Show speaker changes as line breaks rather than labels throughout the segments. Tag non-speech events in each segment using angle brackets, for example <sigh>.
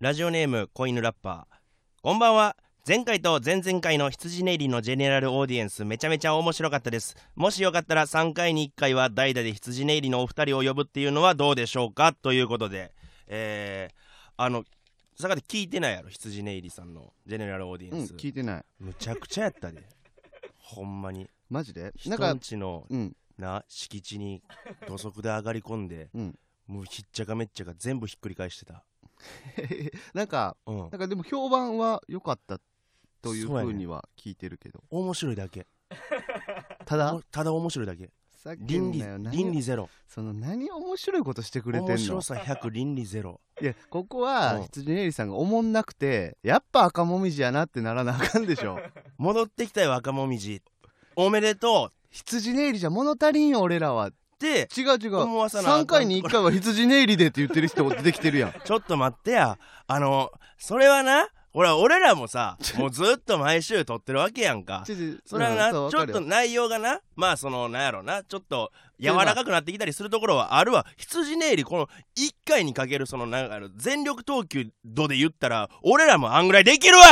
ラジオネーム子犬ラッパーこんばんは前回と前々回の羊ネイリのジェネラルオーディエンスめちゃめちゃ面白かったですもしよかったら3回に1回は代打で羊ネイリのお二人を呼ぶっていうのはどうでしょうかということでえー、あの坂で聞いてないやろ羊ネイリさんのジェネラルオーディ
う
エ
ん
ンス、
聞いてない
むちゃくちゃやったでほんまに
マジでなん
人
か
んちの
うん <laughs>
な敷地に土足で上がり込んで
うん
もうひっちゃかめっちゃか全部ひっくり返してた
なんか
うん
なんかでも評判は良かったという
そうやね
ふうには聞いてるけど、
面白いだけ
ただ
<laughs> ただ面白いだけ
さっき
倫
の
理
よ何
倫理ゼロ
その何面白いことしてくれて
面
んの
白さ100倫理ゼロ
いやここ
うん
は羊ねりさんがおもんなくてやっぱ赤もみじやなってならなあかん
<laughs>
でしょ
戻ってきたよ若もみじおめでとう
羊ねりじゃ物足りんよ俺らは
って
違う違う
思わさなあかん
3回に1回は羊ねりでって言ってる人出てきてるや
<laughs>
ん
ちょっと待ってやあのそれはなほら俺らも
<laughs>
さもうずっと毎週撮ってるわけやんか
ちょちょ
それは
う
な、
んそうわ
ちょ
か
っ
る
と
よ
内容がなまあそのなんやろなちょっと
い
柔
うのは
らかくなってきたりするところはあるわ羊ネイリこの1回にかけるそのなんかあの全力投球度で言ったら俺らもあんぐらいできるわ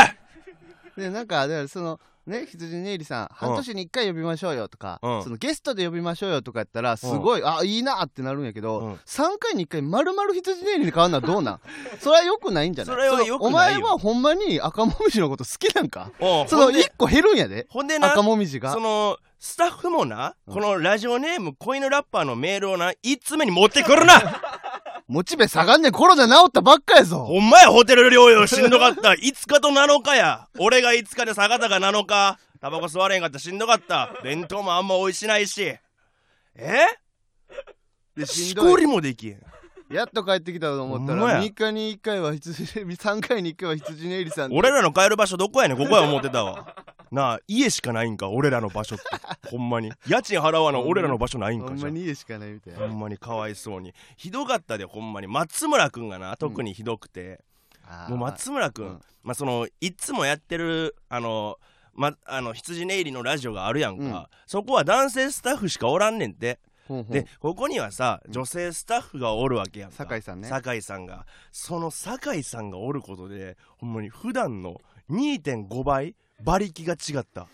でなんかだからそのね羊ねりさん半年に1回呼びましょうよとか、
うん
そのゲストで呼びましょうよとかやったらすごい、あいいなってなるんやけど、
うん
3回に1回丸々羊ねりに変わるのはど
<laughs>
うなんそれはよくないんじゃない
それは良くないよ
そのお前はほんまに赤もみじのこと好きなんか
おう
そ
ほ
の
んで
1個減るんやで
ほんでな
赤もみじが
そのスタッフもな、
うん
このラジオネーム子犬ラッパーのメールをな1つ目に持ってくる
<laughs>
な
モチベ下がんねんコロナ治ったばっかやぞ
ほんまやホテル療養しんどかった5日と7日や俺が5日で坂田が7日タバコ吸われへんかったしんどかった弁当もあんまおいしないしえ
で
し
しん
こ
どい
りもできへん
やっと帰ってきたと思った
ほんまや
ら3日に1回は羊3回に1回は羊ねりさん
俺らの帰る場所どこやねんここや思ってたわなあ家しかないんか俺らの場所ってほんまに家賃払わな俺らの場所ないん
ほ
か
ん
じゃ
ま
あ
に家しかないみたい
ほ
なん
まにかわいそうにひどかったでほんまに松村君がな特にひどくて、
あー
もう松村君、
うん
まあそのいつもやってるあのま、あの羊ネイリのラジオがあるやんか、
うん
そこは男性スタッフしかおらんねんて、
ほんほん
でここにはさ女性スタッフがおるわけやんか
酒井さんね
酒井さんがその酒井さんがおることでほんまに普段の2.5倍馬力が違った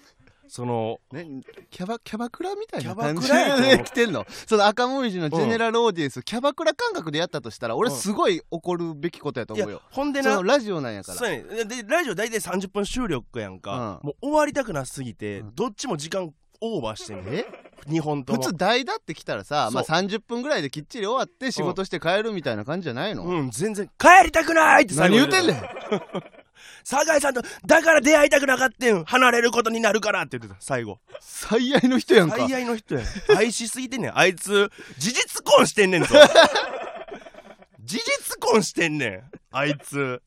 その
ね、キャバキャバクラみたいな
キャバ
感
ク
じ
ラやと思う
で来てんのその赤もみじのジェネラルオーディエンス、キャバクラ感覚でやったとしたら俺
うん
すごい怒るべきことやと
いや
思うよ、
ほんで
そ
な
のラジオなんやか
そう
ら
やねんでラジオ大体30分収録やんか、
うん
もう終わりたくなすぎて、
うん
どっちも時間オーバーしてんねん
え
2本と
普
も
通代だって来たらさ、まあ、
そ
30分ぐらいできっちり終わって仕事して帰るみたいな感じじゃないの、
うん全然帰りたくないって最
何
後
言うてんね
た
ん
<laughs> 酒井さんとだから出会いたくなかってん離れることになるからって言ってた最後
最愛の人やんか
最愛の人や愛しすぎてんねんあいつ事実婚してん
<laughs>
ねんぞ事実婚してんねんあいつ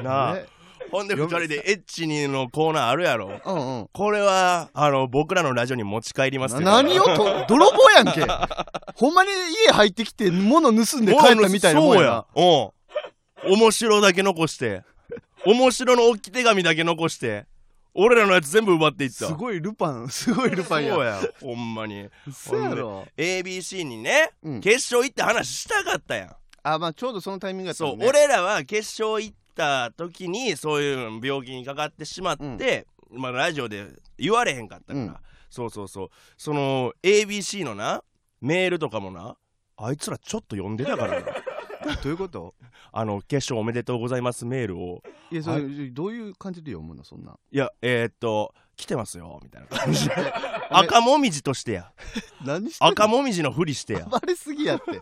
なあ
ね
ほんで2人でエッチにのコーナーあるやろ
うんうん
これはあの僕らのラジオに持ち帰ります
な
けど
何をと泥棒やんけほんまに家入ってきて物盗んで帰ったみたいなもんやな
そうやうん面白だけ残
<laughs>
して面白の置き手紙だけ残して俺らのやつ全部奪っていった
すごいルパンすごいルパンや
そうやほんまに
そうやろ
ABC にね、
うん
決勝行って話したかったやん、
あまあちょうどそのタイミングやった
そ
も
うん
ね
俺らは決勝行った時にそういう病気にかかってしまって、まあ、ラジオで言われへんかったから、
うん
そうそうそうその ABC のなメールとかもなあいつらちょっと読んでたからな <laughs>
どういうこと
あの決勝おめでとうございますメールを
いやそ
は
れどういう感じで読むのそん
<laughs>
な
いやえー、っと来てますよみ <laughs> たいな感じで赤もみじとして <laughs> や
何してんの
赤もみじのふりしてや
バレすぎやって
め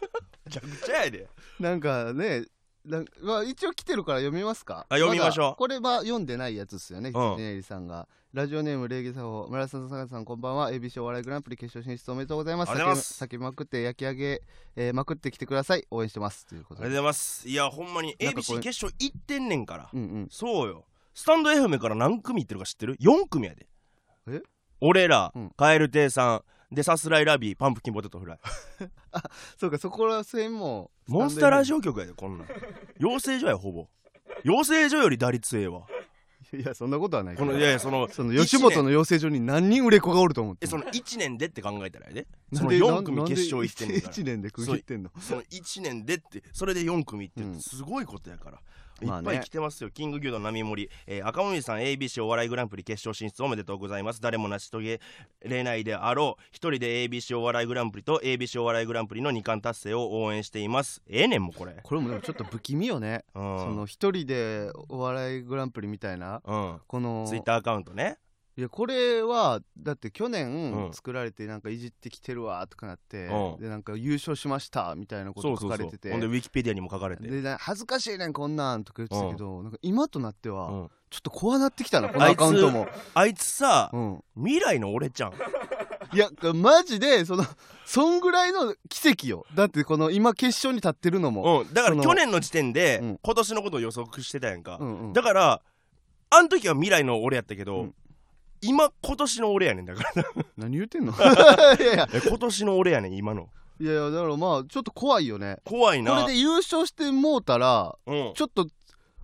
ちゃくちゃやで
<laughs> なんかねなんまあ、一応来てるから読みますか
あ読みましょう
だこれは読んでないやつですよね、
うん
ひねりさんがラジオネーム礼儀作法村瀬さん坂田さんこんばんは ABC お笑いグランプリ決勝進出おめでとうございます
ありがとうございます
酒酒まくって焼き上げ、えーまくってきてください応援してますというこ
ありがとう
と
ご
で
ざいますいやほんまに
なんか
ABC
これ
決勝行ってんねんから
うんうん
そうよスタンド FM から何組行ってるか知ってる ?4 組やで
え
俺ら、
うん
カエル亭さんでさすらいラビーパンプキンポテト
<laughs>
フライ
そうかそこら辺も
モンスターラジ
オ
オ局やでこんなん養成所やほぼ養成所より打率ええわ
いやそんなことはないけ
こ
ど
のいやいやその
その吉本
一年
の養成所に何人売れっ子がおると思って
え
ん
その1年でって考えたらやで
な
そ
ん
の
で
4組決勝行ってんねんから
1年で区切ってんの
その1年でってそれで4組行ってるっ
う
て
ん
すごいことやから、い
まあ
っ
ね
ぱい来てますよ。キング牛丼並盛り、えー赤森さん ABC お笑いグランプリ決勝進出おめでとうございます。誰も成し遂げれないであろう。一人で ABC お笑いグランプリと ABC お笑いグランプリの二冠達成を応援しています。ええねんもうこれ。
これもでもちょっと不気味よね、
う
そ
ん。
の一人でお笑いグランプリみたいな
うん。
この
ツイッターアカウントね。
いやこれはだって去
う
年
ん
作られてなんかいじってきてるわとかなって、
うん
でなんか優勝しましたみたいなこと書かれてて
ほんでウィキペディアにも書かれて。
でな恥ずかしいねんこんなんとか言ってたけど、なんか今となっては、
うん
ちょっと怖なってきたなこのアカウントも、
あいつさ、
うん、
未来の俺ちゃん。
いやマジでそのそんぐらいの奇跡よだってこの今決勝に立ってるのも、
うん。だか
そ
ら
の
去年の時点で、
うん
今年のことを予測してたやんか。
うんうん
だからあん時は未来の俺やったけど、
うん
今今年の俺やねんだから
何言ってんの <laughs> いやいや
え今年の俺やねん今の
いやいやだからまあちょっと怖いよね
怖い
こ
な
れで優勝してもうたら
うん、
ちょっと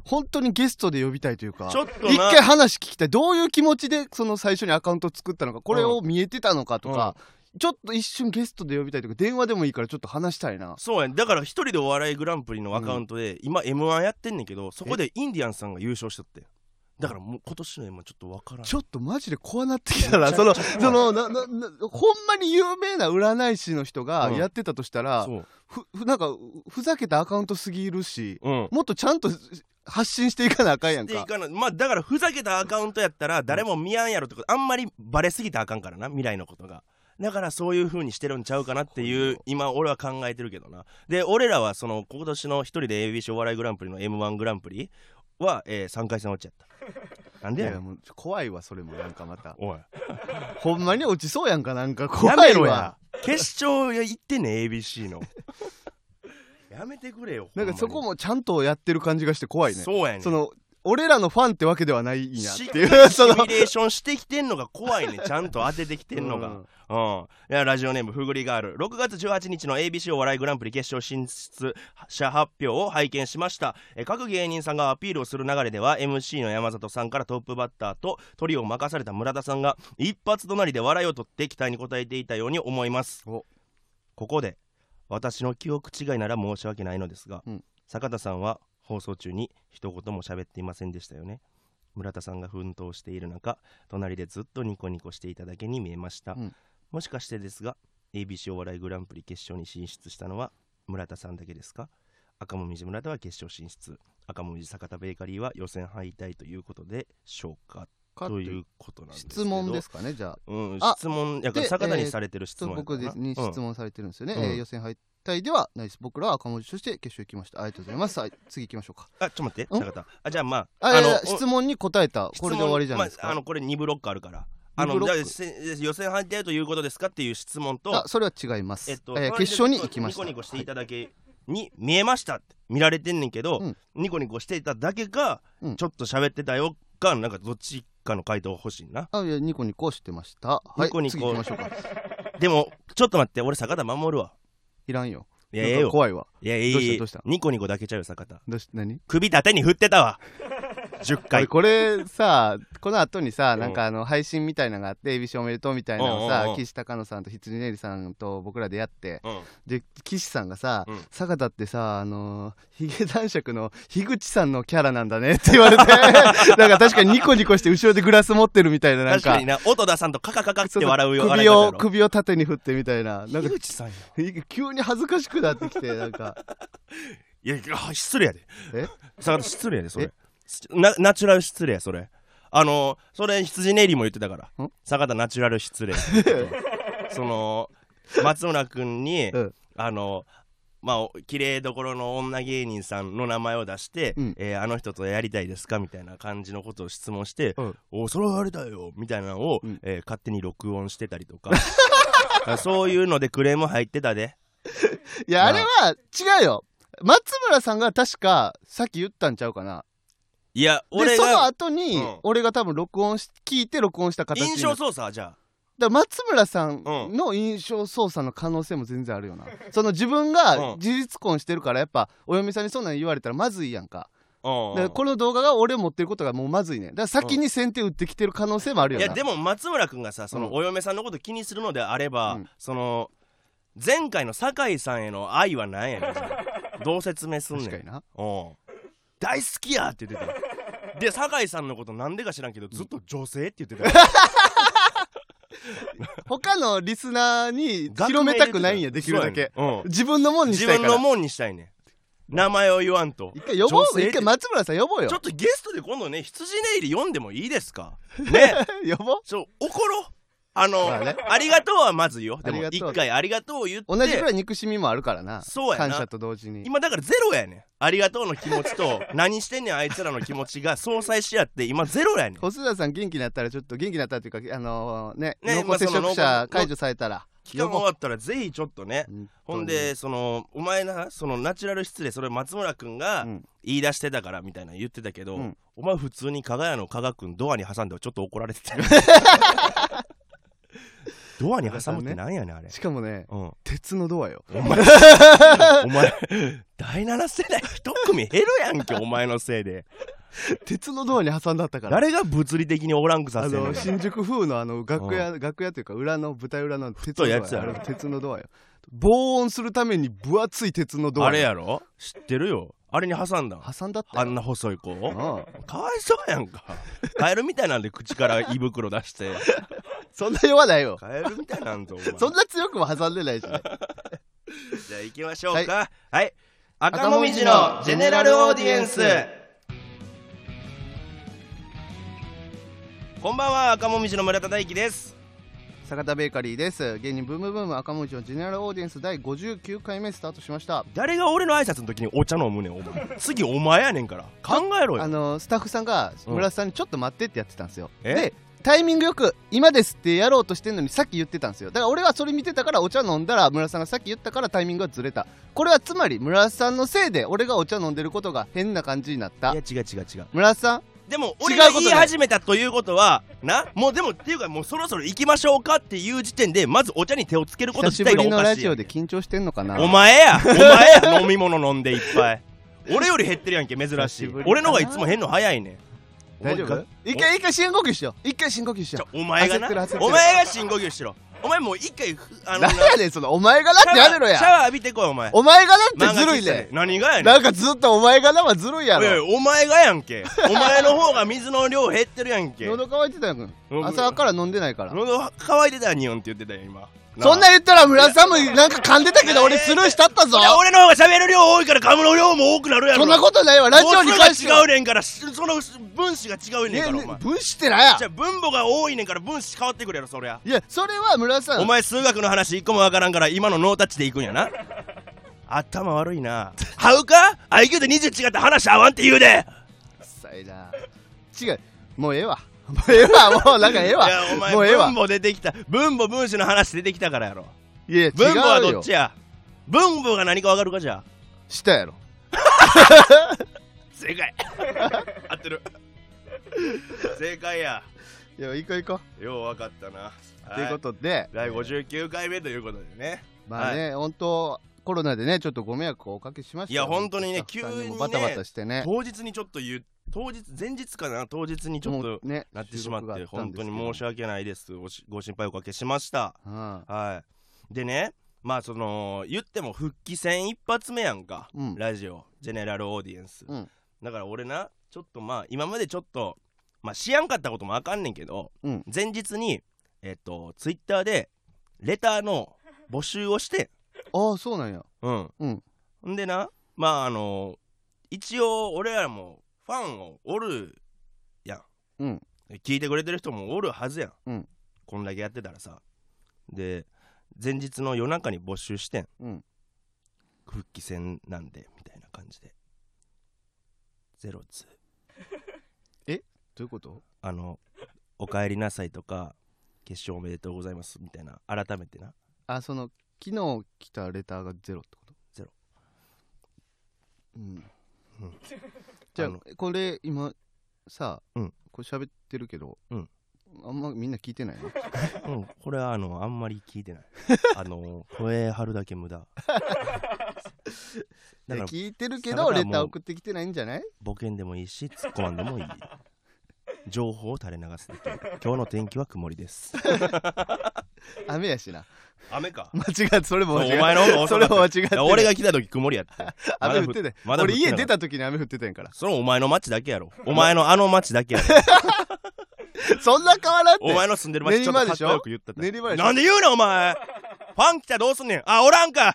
本当にゲストで呼びたいというか
ちょっとな
一回話聞きたいどういう気持ちでその最初にアカウント作ったのかこれを見えてたのかとか、ちょっと一瞬ゲストで呼びたいとか電話でもいいからちょっと話したいな
そうやんだから一人でお笑いグランプリのアカウントで、今 m 1やってんねんけどそこでインディアンスさんが優勝しとってだからもう今年の m 1ちょっとわからん
ちょっとマジで怖なってきたなそのそのなななほんまに有名な占い師の人がやってたとしたら、
そう
ふふなんかふざけたアカウントすぎるし
うん
もっとちゃんと発信していかなあかんやん
でい
か
かなまあだからふざけたアカウントやったら誰も見やんやろってことあんまりバレすぎたらあかんからな未来のことがだからそういう風にしてるんちゃうかなっていう今俺は考えてるけどなで俺らはその今年の一人で ABC お笑いグランプリの m 1グランプリは、え3回戦落ちや
<laughs>
ったなん
い
でや
やい
ねん
やもう怖いわそれもなんかまた
おい
ほんまに落ちそうやんかなんか怖
やめ
い
ろ
わ
や決勝行ってんねん ABC
<laughs>
のやめてくれよ
なんかそこ
も
もちゃんとやってる感じがして怖いね
そうやねん
その俺らのファンってわけではないんやっ
して
いう <laughs> そ
シミ
の
ュレーションしてきてんのが怖
<laughs>
いねんちゃんと当ててきてんのが、うん、いやラジオネームふぐりガール6月18日の ABC お笑いグランプリ決勝進出者発表を拝見しましたえー各芸人さんがアピールをする流れでは MC の山里さんからトップバッターとトリを任された村田さんが一発隣で笑いを取って期待に応えていたように思います
お
ここで私の記憶違いなら申し訳ないのですが、
うん
坂田さんは放送中に一言も喋っていませんでしたよね村田さんが奮闘している中隣でずっとニコニコしていただけに見えました、
うん
もしかしてですが ABC お笑いグランプリ決勝に進出したのは村田さんだけですか赤もみじ村田は決勝進出赤もみじ坂田ベーカリーは予選敗退ということでしょうか
か
ということなんですけど
質問ですかねじゃあ
うん、
あ
質問やから
で
坂田にされてる質
ちょっ
問
と
やから
僕
な
に質問されてるんですよね、
うん
えー予選敗退ではないです僕らは赤文字として決勝行きましたありがとうございますはい次行きましょうか
うんあちょっと待って
ん
坂田あじゃあまあ
あいやいや
お
質問に答えたこれで終わりじゃないです
まあ、あ
か
のこれ2ブロックあるからあ
二
の
ブ
じ
ロ
ゃ
ッ
あ
ク
せ予選敗退ということですかっていう質問と
あそれは違います、
え
え
っと
ー
隣で
決勝に行きました
ニコニコしていただけに見えましたって見られてんねんけど、
うん
ニコニコしていただけか、
うん
ちょっと喋ってたよかなんかどっちかの回答欲しいな
はいあいやニコニコしてましたはい
ニコニコ
次行きましょうか
でもちょっと待って俺坂田守るわ
いらんよ
いや
な
え
ん
え
か
よ
怖いわ
いやい
どうし
い
たどうした
ニコニコだけちゃうよ坂田
どうし何
首縦に振ってたわ10
俺
回
これさこの後にさ
ん
なんかあの配信みたいなのがあって「ABC おめでとう」みたいなのを
うんうん
さ
うん
岸高野さんと羊ねりさんと僕らでやって
うん
で岸さんがさ
うん
「坂田ってさあのヒゲ男爵の樋口さんのキャラなんだね」って言われて <laughs> なんか確かにニコニコして後ろでグラス持ってるみたいななん
確か
か
にな音田さんとカカカカっ
そう
て笑うよ
首を
笑い方やろ
首を縦に振ってみたいななんか
樋口さんや
急に恥ずかしくなってきてなんか
いやいや失礼やで
え
坂田失礼やでそれ
え
すなナチュラル失礼やそれあのそれ羊ネイリーも言ってたから
ん
坂田ナチュラル
<laughs>
失礼その松村君に、
うん
あのまあお綺麗どころの女芸人さんの名前を出して、
うん
えーあの人とやりたいですかみたいな感じのことを質問して「
うん
おそれはやりたいよ」みたいなのを、
うん
えー勝手に録音してたり
<laughs>
とかあそういうのでクレーム入ってたで
いや
なあ
あれは違うよ松村さんが確かさっき言ったんちゃうかない
や
で
俺
その
が
後に、
うん
俺が多分録音し聞いて録音した形にな
印象操作じゃあ
だから松村さんの印象操作の可能性も全然あるよな、その自分
う
が
ん
事実婚してるからやっぱお嫁さんにそんなの言われたらまずいやんか
うん
だからこの動画が俺持ってることがもうまずいねだから先に先手打ってきてる可能性もあるよ
い
な
やでも松村君がさその
うん
お嫁さんのこと気にするのであれば、
うん
その
<laughs>
前回の酒井さんへの愛は何やねんじゃあどう説明すんねん
確かにな
お大好きやって言ってたで酒井さんのことなんでか知らんけどずっと女性って言ってた
他のリスナーに広めたくないんやできるだけ、
そうやねんうん
自分のもんに
自
したい
分
から
のもんにしたいねん名前を言わんと
一回呼ぼ
女性
う
って
一回松村さん呼ぼうよ
ちょっとゲストで今度ね羊ね入り読んでもいいですかね
<laughs>
<laughs>
呼ぼう
ちょ怒ろうあの、
まあね
ありがとうはまずよでも
ありがとう
一回ありがとうを言って
同じくらい憎しみもあるからな
そうやな
感謝と同時に
今だからゼロやねんありがとうの気持ちと <laughs> 何してんねんあいつらの気持ちが相殺し合って今ゼロやねん
細田さん元気になったらちょっと元気になったっていうかあのーね
ね
濃厚接触
まあそ
者
の
解除されたら
期間終わったらぜひちょっとね
呼ぼう
ほんでそのお前なそのナチュラル失礼それ松村君が
うん
言い出してたからみたいなの言ってたけど、
うん
お前普通に加賀屋の加賀君ドアに挟んでちょっと怒られて
<laughs>
たよドアに挟むってなんやねんあれ、
しかもね
うん
鉄のドアよ
お前お前第7世代一組減るやんけお前のせいで
鉄のドアに挟んだったから
誰が物理的におらんく
あ
させんね
の
ん
新宿風のあの楽屋楽屋というか裏の舞台裏の鉄
太
の
い
ド
やつ
ア
や
あ
ろ
れ鉄のドアよ防音するために分厚い鉄のドア
あれやろ知ってるよあれに挟んだん
挟んだった
あ
よ
んな細い子
うん
かわいそうやんかカエルみたいなんで口から胃袋出して
そんな弱な
<laughs>
いよ
カエルみたいなんとお前
そんな強くも挟んでないし
じゃあ行きましょうかはい、赤もみじのジェネラルオーディエンスこんばんは赤もみじの村田大樹です
坂田ベーカリーです芸人ブームブーム赤文字のジェネラルオーディエンス第59回目スタートしました
誰が俺の挨拶の時にお茶飲むねんお前次お前やねんから考えろ
あ
よ
のスタッフさんが村田さんにちょっと待ってってやってたんですよ、
え
でタイミングよく「今です」ってやろうとしてんのにさっき言ってたんですよだから俺はそれ見てたからお茶飲んだら村田さんがさっき言ったからタイミングがずれたこれはつまり村田さんのせいで俺がお茶飲んでることが変な感じになっ
いや
た
違う違う違う
村田さん
でも俺が
違うこ
言
と
い
だよ
始めたということはなもうでもっていうかもうそろそろ行きましょうかっていう時点でまずお茶に手をつけること
久し
自体が
ぶり
お
の
か
ラ
しい
ジオで緊張してんのかな
お前やお前
<laughs>
や飲み物飲んでいっぱい俺より減ってるやんけ珍
久
し
し
い
ぶりだな
俺の方がいつも減るの早いねん
大丈
お前
夫
が
一回一回深呼吸しよう一回深呼吸し
じゃ
よ
あお前がな
焦ってる焦ってる
お前が深呼吸しろお前もう一回ふあ
う
のな
何やねんそのお前がなってやめろ
シャワーシャ
や
ワー浴びてこいお前
お前がなって
漫
ずるい
画喫茶で
ね
何がやねん
なんかずっとお前がなはずるいや
いやい
ろ
やお前がやんけお前の方が水の量減ってるやんけ
喉乾いてたやん
喉
朝から飲んでないから
喉乾いてたらにんって言ってたよ今
そんな言ったら村さんもなんか噛んでたけど俺スルーしたったぞ
いや俺の方が喋る量多いから噛むの量も多くなるやろ
そんなことないわラジオに関して
母数が違う
は
ねんからしその分子が違うねん
ね
から、
ね
お前
分してなや
じゃあ分母が多いねんから分子変わってくれろそりゃ
いやそれは村さん
お前数学の話一個もわからんから今のノータッチでいくんやな頭悪いなハウか IQ で20違って話合わんって言うで
うっさいな違うもうええわもうええわもうなんかええわ
いやお前
もうええわ
分母出てきた分母分子の話出てきたからやろ
いや違
分母は
う
どっ
よ
ちや分母が何かわかるかじゃあ
したやろ
正
<laughs>
解合ってる正解や
いや行こう行こ
ようわかったな
うということで
第59回目ということでね
まあね本当コロナでねちょっとご迷惑をおかけしました
いや本当にね
スタッフさん
急にね
もバタバタしてね
当日にちょっと言う当日前日かな当日にちょっ
も
と
うね
なってしまって本当に申し
訳
訳ないですごしご心配おかけしました
うん
はいでねまあその言っても復帰戦一発目やんか、
うん
ラジオジェネラルオーディエンス、
うん
だから俺なちょっとまあ今までちょっとまあしやんかったこともあかんねんけど、
うん
前日にえっとツイッターでレターの募集をして
ああそうなんや
うん、
うん
ほんでなまああの一応俺らもファンをおるやん、
うん
聞いてくれてる人もおるはずやん、
うん
こんだけやってたらさで前日の夜中に募集してん、
うん
復帰戦なんでみたいな感じでゼロツー
どういうこと
あの「お帰りなさい」とか「決勝おめでとうございます」みたいな改めてな
あその昨日来たレターがゼロってこと
ゼロ
うん、
うん
じゃ
あ
あ
の
これ今さ、
うん
これ喋ってるけど、
うん
あんまみんな聞いてないの
うん、これはあのあんまり聞いて <laughs> ないあの声張るだけ無駄だ
い
か
や
ら
聞いてるけ
だか
ど
らも
レ
う
ター送ってきてないんじゃない
ボケんでもいいし突っ込まんでもいい情報を垂れ流すだけ今日の天気は曇りです
雨やしな
雨か
間違ってそれも
お
間違え
前の方が遅
そ
か
れ
った
も間違って
いや俺が来た時曇りやって
雨降ってたよ
まだ降っ
俺
てなかった
家出た時に雨降ってたんやから <laughs>
そのお前の町だけや <laughs> ろお前のあの町だけや <laughs> ろ
そんな変わらん
お
て
前の住んでる町ちょっとかっこよく言ったった
練馬でしょ
なんで言うねんお前ファン来たらどうすんねんあおらんか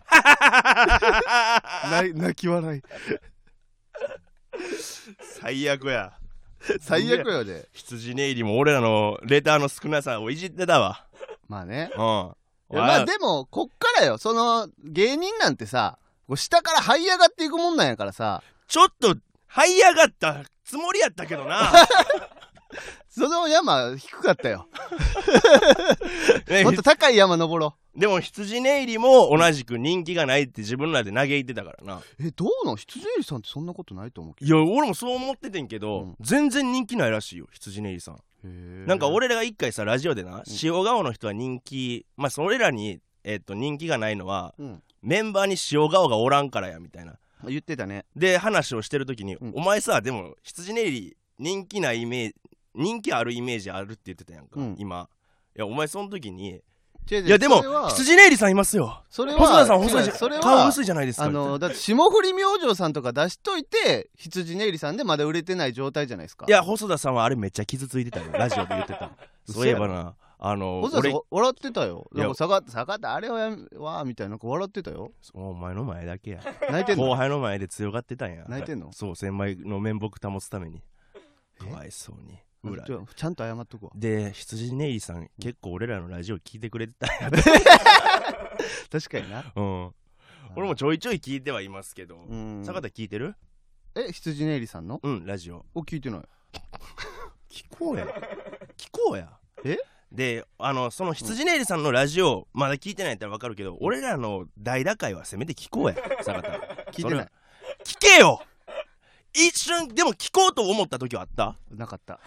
ない <laughs> 泣き笑い
最悪や
最悪よで
羊ネイリも俺らのレターの少なさをいじってたわ
まあね
うん
いやまあでもこっからよその芸人なんてさこう下から這い上がっていくもんなんやからさ
ちょっと這い上がったつもりやったけどな
その山低かったよ
<laughs> ね
もっと高い山登ろ
<laughs> でも羊ネイリも同じく人気がないって自分らで嘆いてたからな
うえどうなん羊入りさんってそんなことないと思うけ
いや俺もそう思っててんけど、
うん
全然人気ないらしいよ羊ネイリさん
ど
なんか俺らが一回さラジオでな塩顔の人は人気まあそれらにえっと人気がないのは
うん
メンバーに塩顔がおらんからやみたいな
言ってたね
で話をしてる時に、
うん
お前さでも羊ネイリ人気ないイメージ人気あるイメージあるって言ってたやんか、
うん
今いやお前その時に
いや
いやでも
それは
羊ネイリさんいますよ
それは
細田さん細田
違う
さ
それ
ん
は
顔薄いじゃないですか
あのだって霜降り明星さんとか出しといて羊ネイリさんでまだ売れてない状態じゃないですか
いや細田さんはあれめっちゃ傷ついてたよラジオで言って
<laughs>
たそういえばなあの
細田さ
俺
ん笑ってたよ
いや
なんか下がって下がってあれはやめわーみたいななんか笑ってたよ
お前の前だけや
泣いてん
後
の
輩の前で強がってたんや
泣いてんの
そう千枚の面目保つために
え
かわいそうに裏
ちょちゃんと謝っとくわ
で羊ネイリさん結構俺らのラジオ聞いてくれてたんや
確かにな
うん <laughs> 俺もちょいちょい聞いてはいますけど、
うん
坂田聞いてる
え羊ネイリさんの
うんラジオ
お聞いてない
聞こうや聞こうや
え
であのその羊ネイリさんのラジオ、まだ聞いてないってわかるけど俺らの大打開はせめて聞こうや坂田
聞いてない
聞けよ一瞬でも聞こうと思った時はあった
なかった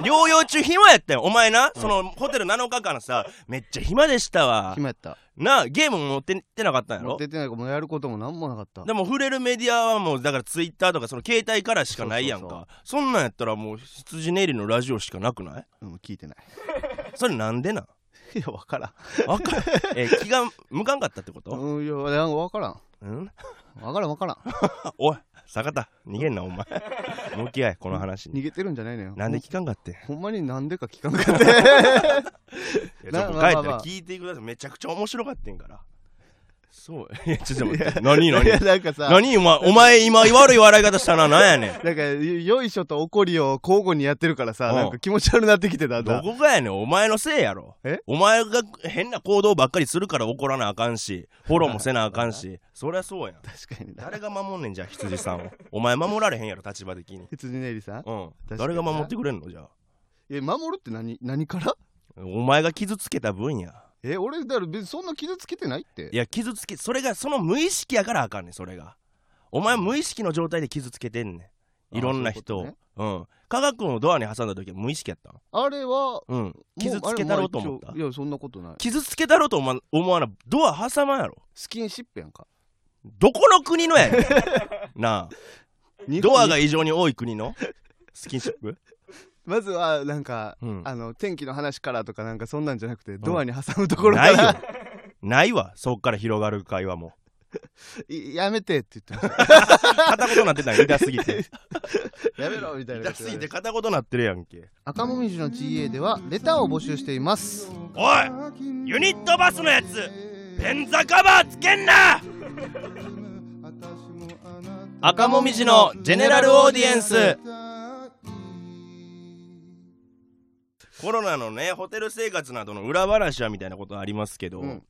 療養中暇やったよお前な、そのホテル7日間さめっちゃ暇でしたわ
暇やった
なあゲームも持ってってなかったんやろ
出てないかもうやることもなんもなかった
でも触れるメディアはもうだからツイッターとかその携帯からしかないやんかそ
そうそうん
なんやったらもう羊ネイリのラジオしかなくない
うん聞いてない
それなんでなん
いや分からん
わか <laughs> え気が向かんかったってこと、
うんいやなんか分からん
うん、
分からん分からん
あおい坂田逃げんなお前向き合えこの話に
逃げてるんじゃないのよ
なんで聞かんかって
ほんほんまになんでか聞かなかった
いやちょっと
ま
帰っ
あまあ
た
まあま
ら
あ
聞いてくださいめちゃくちゃ面白かってんからそういやちょっと待って <laughs> 何
い
何
やなんかさ
何お前お前今悪い笑い方したな何やねん
なんかよいしょと怒りを交互にやってるからさ
うん
なんか気持ち悪なってきてたん
ど
だ
こがやねんお前のせいやろ
え
お前が変な行動ばっかりするから怒らなあかん
<laughs>
しフォローもせなあかんしそりゃそうやん
確かにな
誰が守んねんじゃあ羊さんをお前守られへんやろ立場的に
羊ネイリさん
うん
かにな
誰が守ってくれんのじゃあ
え守るって何何から
お前が傷つけた分や
え俺だから別にそんな傷つけてないって
いや傷つけそれがその無意識やからあかんねんそれがお前無意識の状態で傷つけてんねんいろんな人を
あ
う,、
そういう
うん科学のドアに挟んだ時は無意識やったん
あれは
うん傷つけたろうと思った
いやそんなことない
傷つけたろうと思わ思わなドア挟まんやろ
スキンシップやんか
どこの国のやねん
<laughs>
なあ
日本
ドアが異常に多い国のスキンシップ、
まずはなんか
うん、
あの天気の話からとかなんかそんなんじゃなくてドアに挟むところか
ない
ら
よないわそっから広がる会話も
<laughs> いやめてって言ってま
<laughs>
し
片言なってたんや痛すぎ
<laughs>
て
たやめろみたいな
痛すぎて片言なってるやんけ
赤もみじの GA ではレターを募集しています
おいユニットバスのやつペンザカバーつけんな赤もみじのジェネラルオーディエンスコロナのねホテル生活などの裏話はみたいなことありますけど、
うん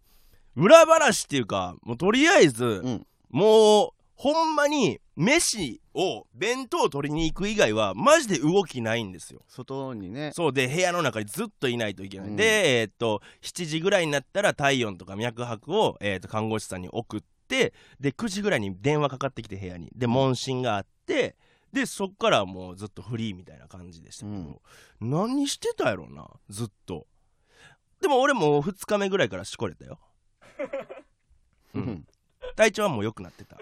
裏話っていうかもうとりあえず、
ん
もうほんまに飯を弁当を取りに行く以外はマジで動きないんですよ
外にね
そうで部屋の中にずっといないといけない、
うん
でえーっと7時ぐらいになったら体温とか脈拍を、えーっと看護師さんに送ってで9時ぐらいに電話かかってきて部屋にで問診があってでそっからはもうずっとフリーみたいな感じでしたけど、何してたやろなずっとでも俺も2日目ぐらいからしこれたよう
うんん
体調はもう良くなってた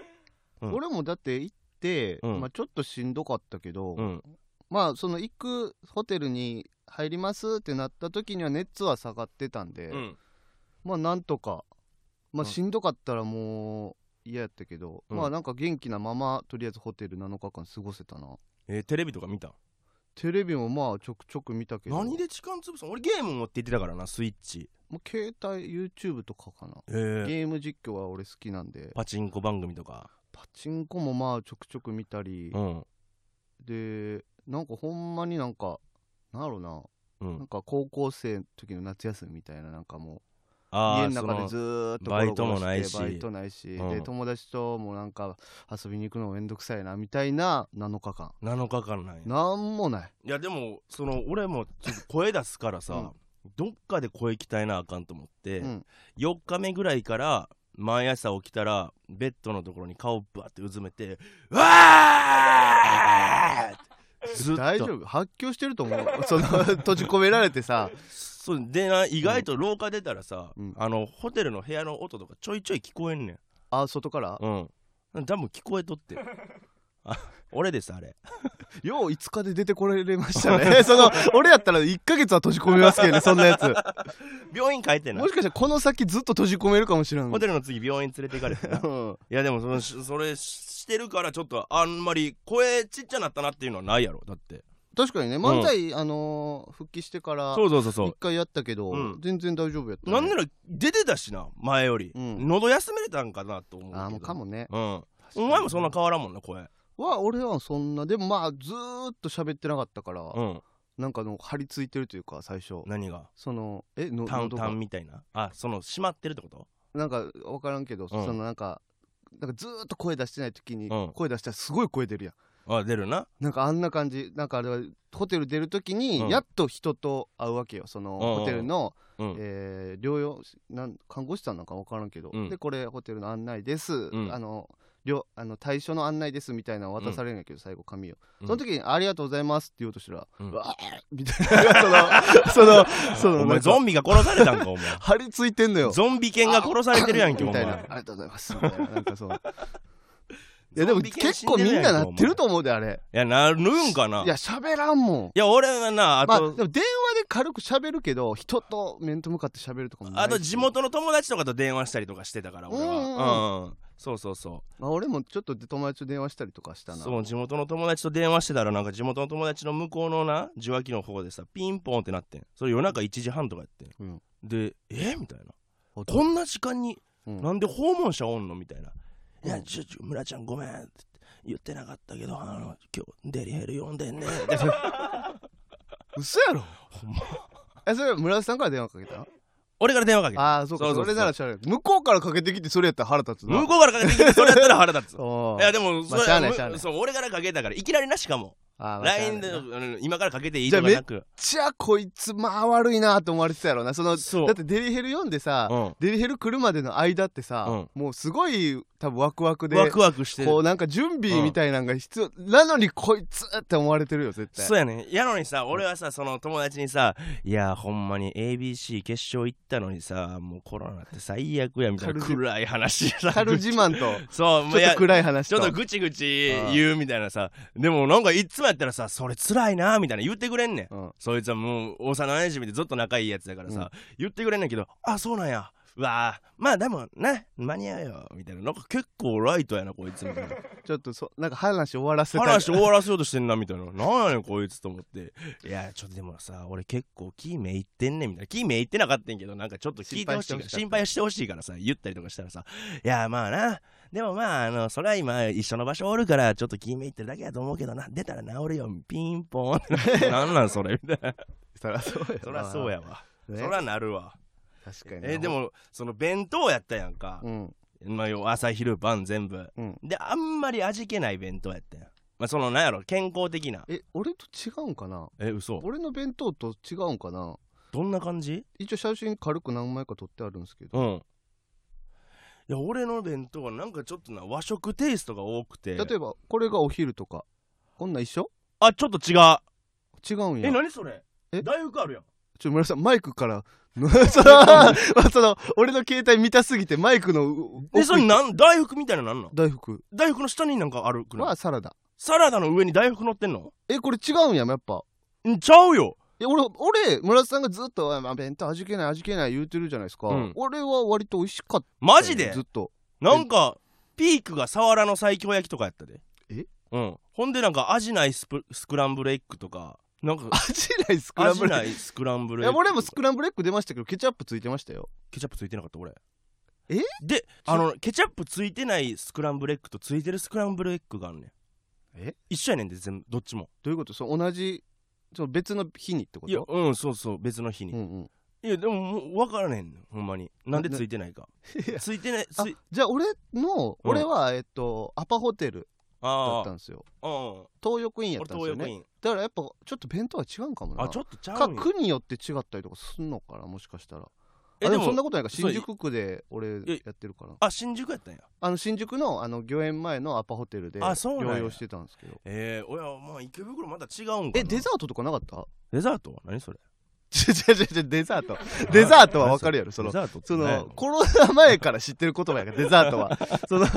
うん
俺もだって行って
うん
まあちょっとしんどかったけど
うん
まあその行くホテルに入りますってなった時には熱は下がってたんで、
うん
まあなんとかま
うん
あしんどかったらもう嫌やったけど、
うん
まあなんか元気なままとりあえずホテル7日間過ごせたな
えーテレビとか見た
テレビもまあちょくちょく見たけど
何で時間潰すの俺ゲーム持って行ってたからなスイッチ
もう携帯 YouTube とかかな
えー
ゲーム実況は俺好きなんで
パチンコ番組とか
パチンコもまあちょくちょく見たり
うん
でなんかほんまになんかなんやろな
う
なん
ん
か高校生の時の夏休みみたいななんかもう
あ
家
あ
の
そ
中で
の
ずーっと
バイトも
ゴロゴロて
ないし
バイトないし、
うん
で友達ともなんか遊びに行くのめんどくさいなみたいな7日間
7日間なんや
なんもない
いやでもその俺もちょっと声出すからさ、どっかで声鍛えなあかんと思って、
うん
4日目ぐらいから毎朝起きたらベッドのところに顔ぶわってうずめて「うわー!」ってずっと
大丈夫発狂してると思うその <laughs> 閉じ込められてさ
そうでな意外と廊下出たらさ、
うん
あのホテルの部屋の音とかちょいちょい聞こえんねん
あ外から
うん多分聞こえとってあ俺ですあれ
よう5日で出てこられました
<laughs>
ねその俺やったら1ヶ月は閉じ込めますけどねそんなやつ
病院帰ってな
もしかしたらこの先ずっと閉じ込めるかもしれない
ホテルの次病院連れて行かれてな
うん
いやでもそのしそれししてるからちょっとあんまり声ちっちゃなったなっていうのはないやろだって
確かにね漫才、あのー復帰してから
そうそうそうそ
一回やったけど、
うん
全然大丈夫やった
う
ね、
なんなら出てたしな前より、
うん
喉休めれたんかなと思うけど
あーもうかもね
うんお前もそんな変わらんもんな声
は俺はそんなでもまあずーっと喋ってなかったから、
うん
なんかあの張り付いてるというか最初
何が
そのえの
タン
喉が
タンみたいなあその閉まってるってこと
なんか分からんけど、そのなんかなんかずーっと声出してない時に
うん
声出したらすごい声出るやん、
あ出るな
なんかあんな感じなんかあれはホテル出る時
うん
にやっと人と会うわけよそ
う
の
んうん
ホテルの、
うん
えー療養なん看護師さんなんか分からんけど、
うん
でこれホテルの案内です、
ん
あの療あの対象の案内ですみたいなのを渡されるんやけど、最後紙を
うん
その時に「ありがとうございます」って言おうとしたら「
うん
わあ」
<laughs>
みたいなその <laughs> そのその
お
な
前
んか
ゾンビが殺されたんかお
<laughs>
前
張り付いてんのよ
ゾンビ犬が殺されてるやんけお
みたいな
前
ありがとうございますみたいななん
<laughs>
かそういやでも結構みんななってる
と
と思うであれ
いやなるんかない
や喋らんもん
いや俺はなあ
まあ
と、
でも電話で軽く喋るけど人と面と向かって喋るとかもないし
あと地元の友達とかと電話したりとかしてたから俺は、
う
うん
うん
そうそうそ
まあ俺もちょっと友達と電話したりとかした
う
な
そう地元の友達と電話してたらなんか地元の友達の向こうのな受話器の方でさピンポンってなってんそれ夜中1時半とかやってん、
うん
でえみたいな
あ
こんな時間に
うん
なんで訪問者おんのみたいな「
うん
いやちょちょ村ちゃんごめん」って言ってなかったけどあの今日デリヘル呼んで
<laughs>
んね
嘘やろ
ほんま
えそれ村田さんから電話かけた
俺から電話かけた
ああそうか
そうそ
そう
そう
れならしゃべる向こうからかけてきてそれやったら腹立つな
向こうからかけてきてそれやったら腹
<laughs>
立つい
おー
やでもそれ
しゃあないしゃあない
そう俺からかけたからいきなりなしかも
あーまあしゃあない
LINE でうん今からかけていいとか
じゃあ
なく
じゃあこいつまあ悪いなと思われてたやろなその
そう
だってデリヘル読んでさ、
うん
デリヘル来るまでの間ってさ、もうすごい多分ワクワクで
ワクワクして
こ
る
うなんか準備みたいなのが必要、なのにこいつって思われてるよ絶対
そうやねやのにさ俺はさその友達にさ「いやほんまに ABC 決勝行ったのにさもうコロナって最悪や」みたいな
軽
暗い話さ
軽自慢と
<laughs> そうもうい
ちょっ
や
と暗い話
ち
と
ょっとぐちぐち言うみたいなさでもなんかいつもやったらさ「それ辛いな」みたいな言ってくれんねん
うん
そいつはもう幼馴染でずっと仲いいやつだからさ、
うん
言ってくれんねんけど「あそうなんや」うわーまあでもな間に合うよみたいななんか結構ライトやなこいつみたいな
ちょっとそなんか話終わら
<laughs>
せたい
話終わらせようとしてんなみたいななんやねんこいつと思っていやちょっとでもさ俺結構キーメイってんねんみたいなキーメイってなかったんけどなんかちょっと聞いてほしいから心
心
配してほしいからさ言ったりとかしたらさいやまあなでもまああのそれは今一緒の場所おるからちょっとキーメイってるだけやと思うけどな出たら治るよピンポン <laughs> なんなんそれみたいな
そりゃそうや
そりゃそうやわ、
<laughs> ね
そりゃなるわ
確かにな
えでもその弁当やったやんか
う、ん
まあ、要朝昼晩全部
うん
であんまり味気ない弁当やったやんまあそのなんやろ健康的な
え俺と違うんかな
え嘘
俺の弁当と違うんかな
どんな感じ
一応写真軽く何枚か撮ってあるんですけど、
うんいや俺の弁当はなんかちょっとな和食テイストが多くて
例えばこれがお昼とかこんなん一緒
あちょっと違う
違うんや
え何それ
え
大福あるやん
ちょ村さんマイクから
<laughs>
<laughs> そのその俺の携帯見たすぎてマイクの
えそれ
奥行
なん大福みたいなのなんなん
大福
大福の下になんかあるくない
はサラダ
サラダの上に大福乗ってんの
えこれ違うんややっぱ
んちゃうよ
え俺俺村田さんがずっとあ「弁当味気ない味気ない」言うてるじゃないですか、
うん
俺は割と美味しかった
マジで
ずっと
なんかピークがサワラの最強焼きとかやったで
え
うんほんでなんかアジないスプスクランブルエッグとかなんか
味ないスクラ
ア
ン
ジ
ブルエッ
な
グ
いスクランブ
い
ルエッ
や
グ
俺もスクランブルエッグ出ましたけどケチャップついてましたよ
ケチャップついてなかった俺
え
であのケチャップついてないスクランブルエッグとついてるスクランブルエッグがあんねん
え
一緒やねんで全部どっちも
どういうことそう同じその別の日にってこと
いやうんそうそう別の日に、
うんうん、
いやでももう分からねんほんまになんでついてないか
いや
ついてないつ
あ
い
じゃあ俺の、
うん
俺はえっとアパホテルだ
あ
った
ー
んですよ
あ
東横イン
ー
やっ
俺
たんで
東
すよ
横
ね
イン
だからやっぱちょっと弁当は違うんかもな
あちょっとちゃ
か
うんや
区によって違ったりとかすんのかなもしかしたら
え
あ
で
でもそんな
も
ことないか
そう
新宿区で俺
え
やってるから
あ新宿やったんや
あの新宿のあの御苑前のアパホテルで
あそうなんや
療養してたんですけど
えー、おやまあ池袋また違うんかな
えデザートとかなかった
デザートは何それ
ちょちょちょちょデザート <laughs> デザートはわかるやろその
デザートって
そ
何やろ
のコロナ前から知ってる言葉やからデザート <laughs> はその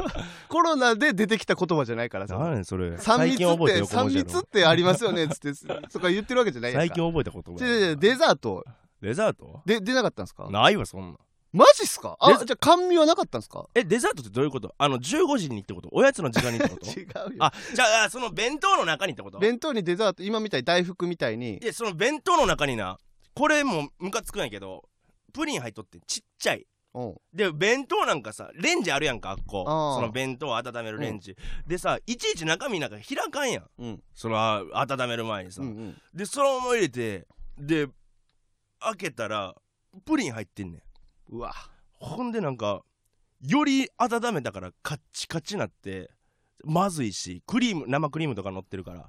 コロナで出てきた言葉じゃないからその
何やねんそれ
三
最
密
近
っ
覚え
て
て
三密ってありますよねっつってそっか言ってるわけじゃないやん
最
か
近覚えた言葉
ちょちょちょデザート
デザート
で出なかったんですか
ないわそんな
マジっすかあ
デザ
じゃあ甘味はなかったんですか
えデザートってどういうことあの15時にってことおやつの時間にってこと
<laughs> 違うよ
あじゃあその弁当の中にってこと
弁当にデザート今みたいに大福みたいに
いやその弁当の中になこれもうムカつくんやけどプリン入っとってちっちゃい
うん
で弁当なんかさレンジあるやんかあっこ
あー
その弁当を温めるレンジ、でさいちいち中身なんか開かんやん
うん
そのあ温める前にさ、
うんうん
でそのまま入れてで開けたらプリン入ってんねん
うわ
ほんでなんかより温めたからカッチカチなってまずいしクリーム生クリームとか乗ってるから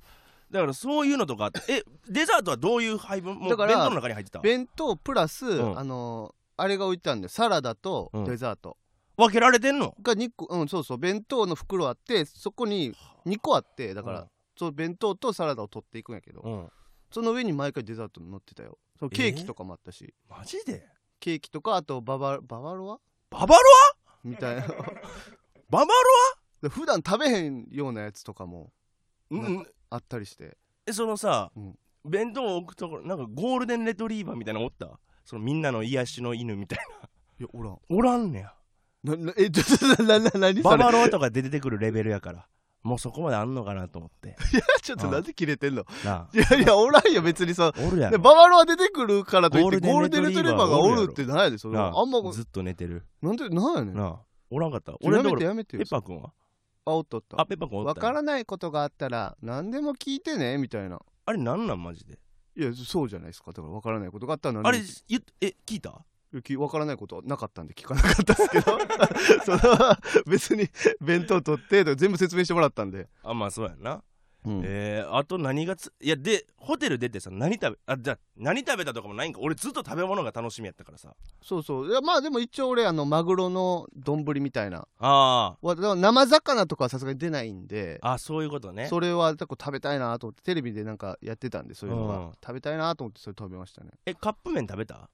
だからそういうのとかあってえデザートはどういう配分もう
だ
弁
から
当の中に入ってた
弁当プラス、
うん
あのーあれが置いてあるんだよサラダと
うん
デザート
分けられてんの
が2個うんそうそう弁当の袋あってそこに2個あってだから、その弁当とサラダを取っていくんやけど、
うん、うん、
その上に毎回デザート乗ってたよそのケーキとかもあったし、
マジで
ケーキとかあとババババロ
ババロ
アみたいな
アババロ
で普段食べへんようなやつとかも
ア、う
なん
ん、
あったりして
えそのさ、
うん
弁当を置くところなんかゴールデンレトリーバーみたいなのおったそのみんなの癒しの犬みたい
いやおらん
なおらんねや
ななえちょっとななな何そ
バ
れ
バロアとかで出てくるレベルやからもうそこまであんのかなと思って
<laughs> ちょっとなんで切れてんの
ない
やいやおらんよ別にさ
あおるや
で
ろ
ババロア出てくるからといってゴ
ゴ
ー
ール
ルデ
デ
ン
ンレト
レトリ
リ
ー
ー
バ
バ
ー
ーが
がお
おるやろ
るってなんやでそれ
な
あ
あ
んま
ずっと寝てる
なんでなんやねん
なあおらんかった俺
俺や
だ
め
か
て
ら
やめて
ペ
よ
ッパーくんは
あおっとっ
あ
た
ペッパーくんお
わ
ったんや
からないことがあったら何でも聞いてねみたいな
あれなんなんマジで
いやそうじゃないですかだからわからないことがあったら
あ
何で
れ
も
言っえ聞いた
きわからないことはなかったんで聞かなかったですけど
<laughs>
その別に弁当取ってとか全部説明してもらったんで、
あまあそうやんな
うん
えーあと何がついやでホテル出てさ何食べあじゃあ何食べたとかもないんか俺ずっと食べ物が楽しみやったからさ
そうそういやまあでも一応俺あのマグロの丼みたいな
あ
わだから生魚とかはさすがに出ないんで
ーあそういうことね
それは結構食べたいなと思ってテレビでなんかやってたんでそういうのが、
うん
食べたいなと思ってそれ食べましたね
えカップ麺食べた
あ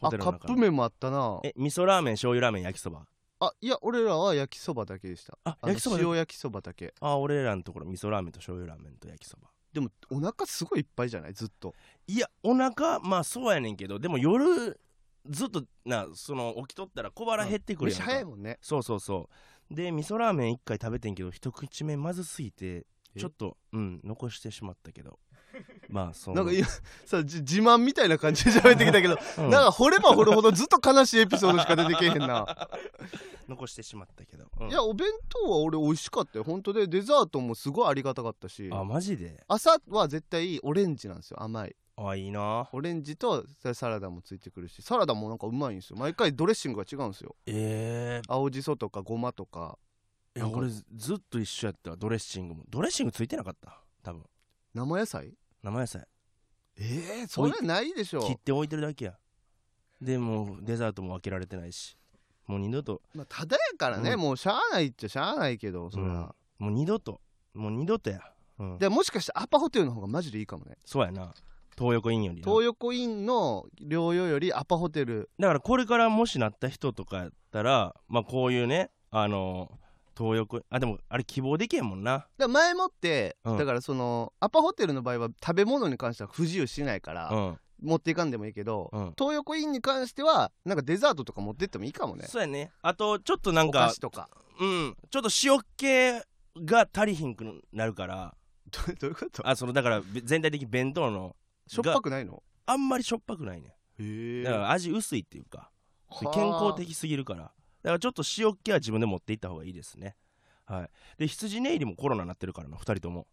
ホ
カ
テルの
ッ
中
プ
の
麺もあったな
え味噌ラーメン醤油ラーメン焼きそば
あいや俺らは焼きそばだけでした
あ
あの
焼きそば
塩焼きそばだけ
あ俺らのところ味噌ラーメンと醤油ラーメンと焼きそば
でもお腹すごいいっぱいじゃないずっと
いやお腹まあそうやねんけどでも夜ずっとなその起きとったら小腹減ってくるや
飯
んか
早いもんね
そうそうそうで味噌ラーメン一回食べてんけど一口目まずすぎて
え
ちょっとうん残してしまったけ
<laughs>
どまあそう
なんか今 <laughs> さじ自慢みたいな感じで喋ってきたけど、
うん
なんか掘れば掘るほどずっと悲しいエピソードしか出てけえへんな
残してしまったけど、 <laughs> うん
いやお弁当は俺美味しかったよ本当でデザートもすごいありがたかったし
あマジで
朝は絶対オレンジなんですよ甘い
あいいな
オレンジとサラダもついてくるしサラダもなんかうまいんですよ毎回ドレッシングが違うんですよ
え
青じそとかごまとか
ー、いや俺ずずっと一緒やったわドレッシングもドレッシングついてなかった多分
生野菜
生野菜
えー、それないでし
切っ
ょ、
て置いてるだけやでもうデザートも分けられてないしもう二度と
まあ、ただやからね、
うん
もうしゃあないっちゃしゃあないけどそれは、
もう二度ともう二度とや、うん、
でもしかしてアパホテルの方がマジでいいかもね
そうやな東横インよりな
東横インの療養よりアパホテル
だからこれからもしなった人とかやったらまあこういうねあの東横あでもあれ希望できへんもんな
ら前もって、
うん
だからそのアパホテルの場合は食べ物に関しては不自由しないから、
うん
持っていかんでもいいけど、
うん
東横インに関してはなんかデザートとか持ってってもいいかもね
そうやねあとちょっとなん
お菓
か
子とか
うんちょっと塩系が足りひんくなるから
どどういうこと
あそのだからべ全体的に弁当の
しょっぱくないの
あんまりしょっぱくないね
へえ
だから味薄いっていうか健康的すぎるからだからちょっと塩っ気は自分で持っていった方がいいですねはいで羊ネイリもコロナになってるからな2人とも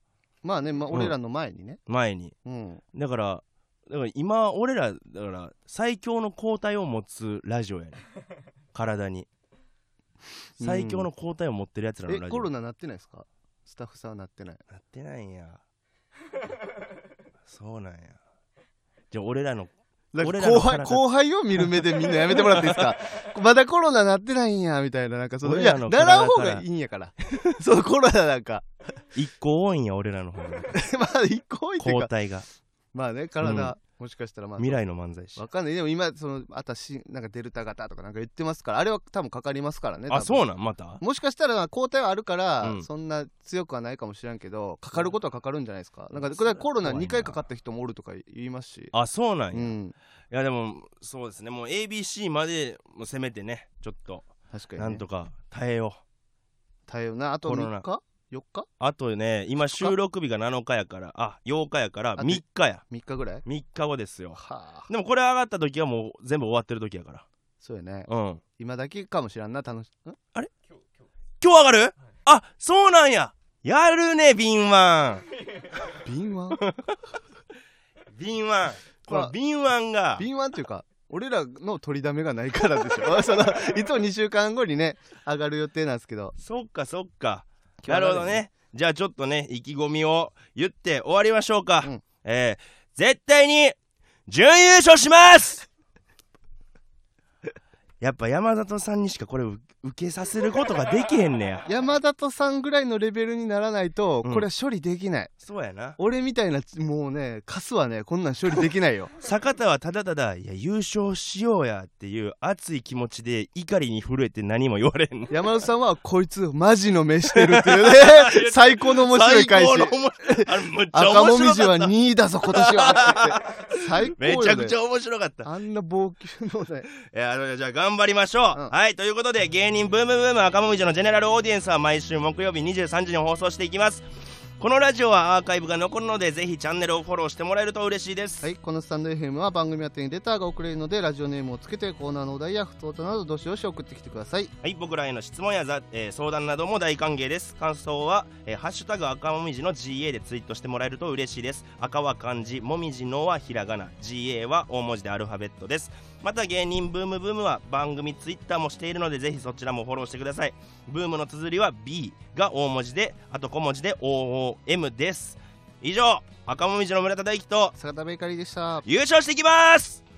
まあね、まあ、
うん
俺らの前にね、
前に
うん、
だからだから今俺らだから最強の抗体を持つラジオやね
<laughs>
体に
うん
最強の抗体を持ってるやつらの
え
ラジオ
コロナなってないですかスタッフさんはなってない
なってないんやそうなんやじゃあ俺らの
なんか
俺らの
後輩
体
後輩を見る目でみんなやめてもらっていいですか <laughs> まだコロナなってないんやみたいななんかそのい
俺
や
ら
な
の
らん方
体から
がいいんやからそのコロナなんか <laughs>
一個多いんや俺らの方に
まあ一個多いっていう
抗
か
体が
まあね体、もしかしたらまあ
未来の漫才師
わかんないでも今そのあとはしなんかデルタ型とかなんか言ってますからあれは多分かかりますからね
あそうな
な
んまた
もしかしたら抗体はあるから、
うん
そんな強くはないかもしれんけどかかることはかかるんじゃないですかなんかこれはコロナ2回かかった人もおるとか言いますし
あそうなん
う
や、い
ん
やでもそうですねもう ABC までもうせめてねちょっと
確かに、ね、
なんとか耐えよう
対応なあと
コロ
3
ナ
日4日
あとね今
日
収録日が7日やからあ8日やから
あと
3日や
3日ぐらい
3日後ですよ
はあ
でもこれ上がった時はもう全部終わってる時やか
そうやね
らうん
今だけかもしらんな楽しん
今日上がる、あそうなんややるね敏腕 <laughs>
敏腕
敏腕こ
まあ
の敏腕が
敏腕っていうか俺らの取りだめがないからでしょ <laughs> そのいつも2週間後にね上がる予定なんですけど
そっかそっかな
今日
る
上が
ほど
るよね
ねじゃあちょっとね意気込みを言って終わりましょうか、
うん
えー絶対に準優勝します <laughs> やっぱ山里さんにしかこれを受けさせることができへんねや
山里さんぐらいのレベルにならないと、
うん
これは処理できない
そうやな
俺みたいなもうねカスはねこんなん処理できな
<laughs>
いよ
坂田はただただいや優勝しようやっていう熱い気持ちで怒りに震えて何も言われへんね
山里さんはこいつマジの目してるっていうね
<laughs>
最高の面白い返し
最高の面白いあれむっちゃ
赤
面
もみ
白
じは
かった
2位だぞ今年はって言って最高よ、ね、
めちゃくちゃ面白かった
あんな暴球のね <laughs>
いやあのじゃあ頑張りましょう、
うん
はいということで芸人ブームブーム赤もみじのジェネラルオーディエンスは毎週木曜日23時に放送していきますこのラジオはアーカイブが残るのでぜひチャンネルをフォローしてもらえると嬉しいです、
はい、このスタンド FM は番組宛てにレターが送れるのでラジオネームをつけてコーナーのお題や普通歌などどしどし送ってきてください
はい、僕らへの質問やざ、えー相談なども大歓迎です感想は、えーハッシュタグ赤もみじの GA」でツイートしてもらえると嬉しいです赤は漢字もみじのはひらがな GA は大文字でアルファベットですまた芸人ブームブームは番組ツイッターもしているのでぜひそちらもフォローしてくださいブームの綴りは B が大文字であと小文字で OOM です以上赤もみじの村田大樹と
坂田ベーカリーでした
優勝していきます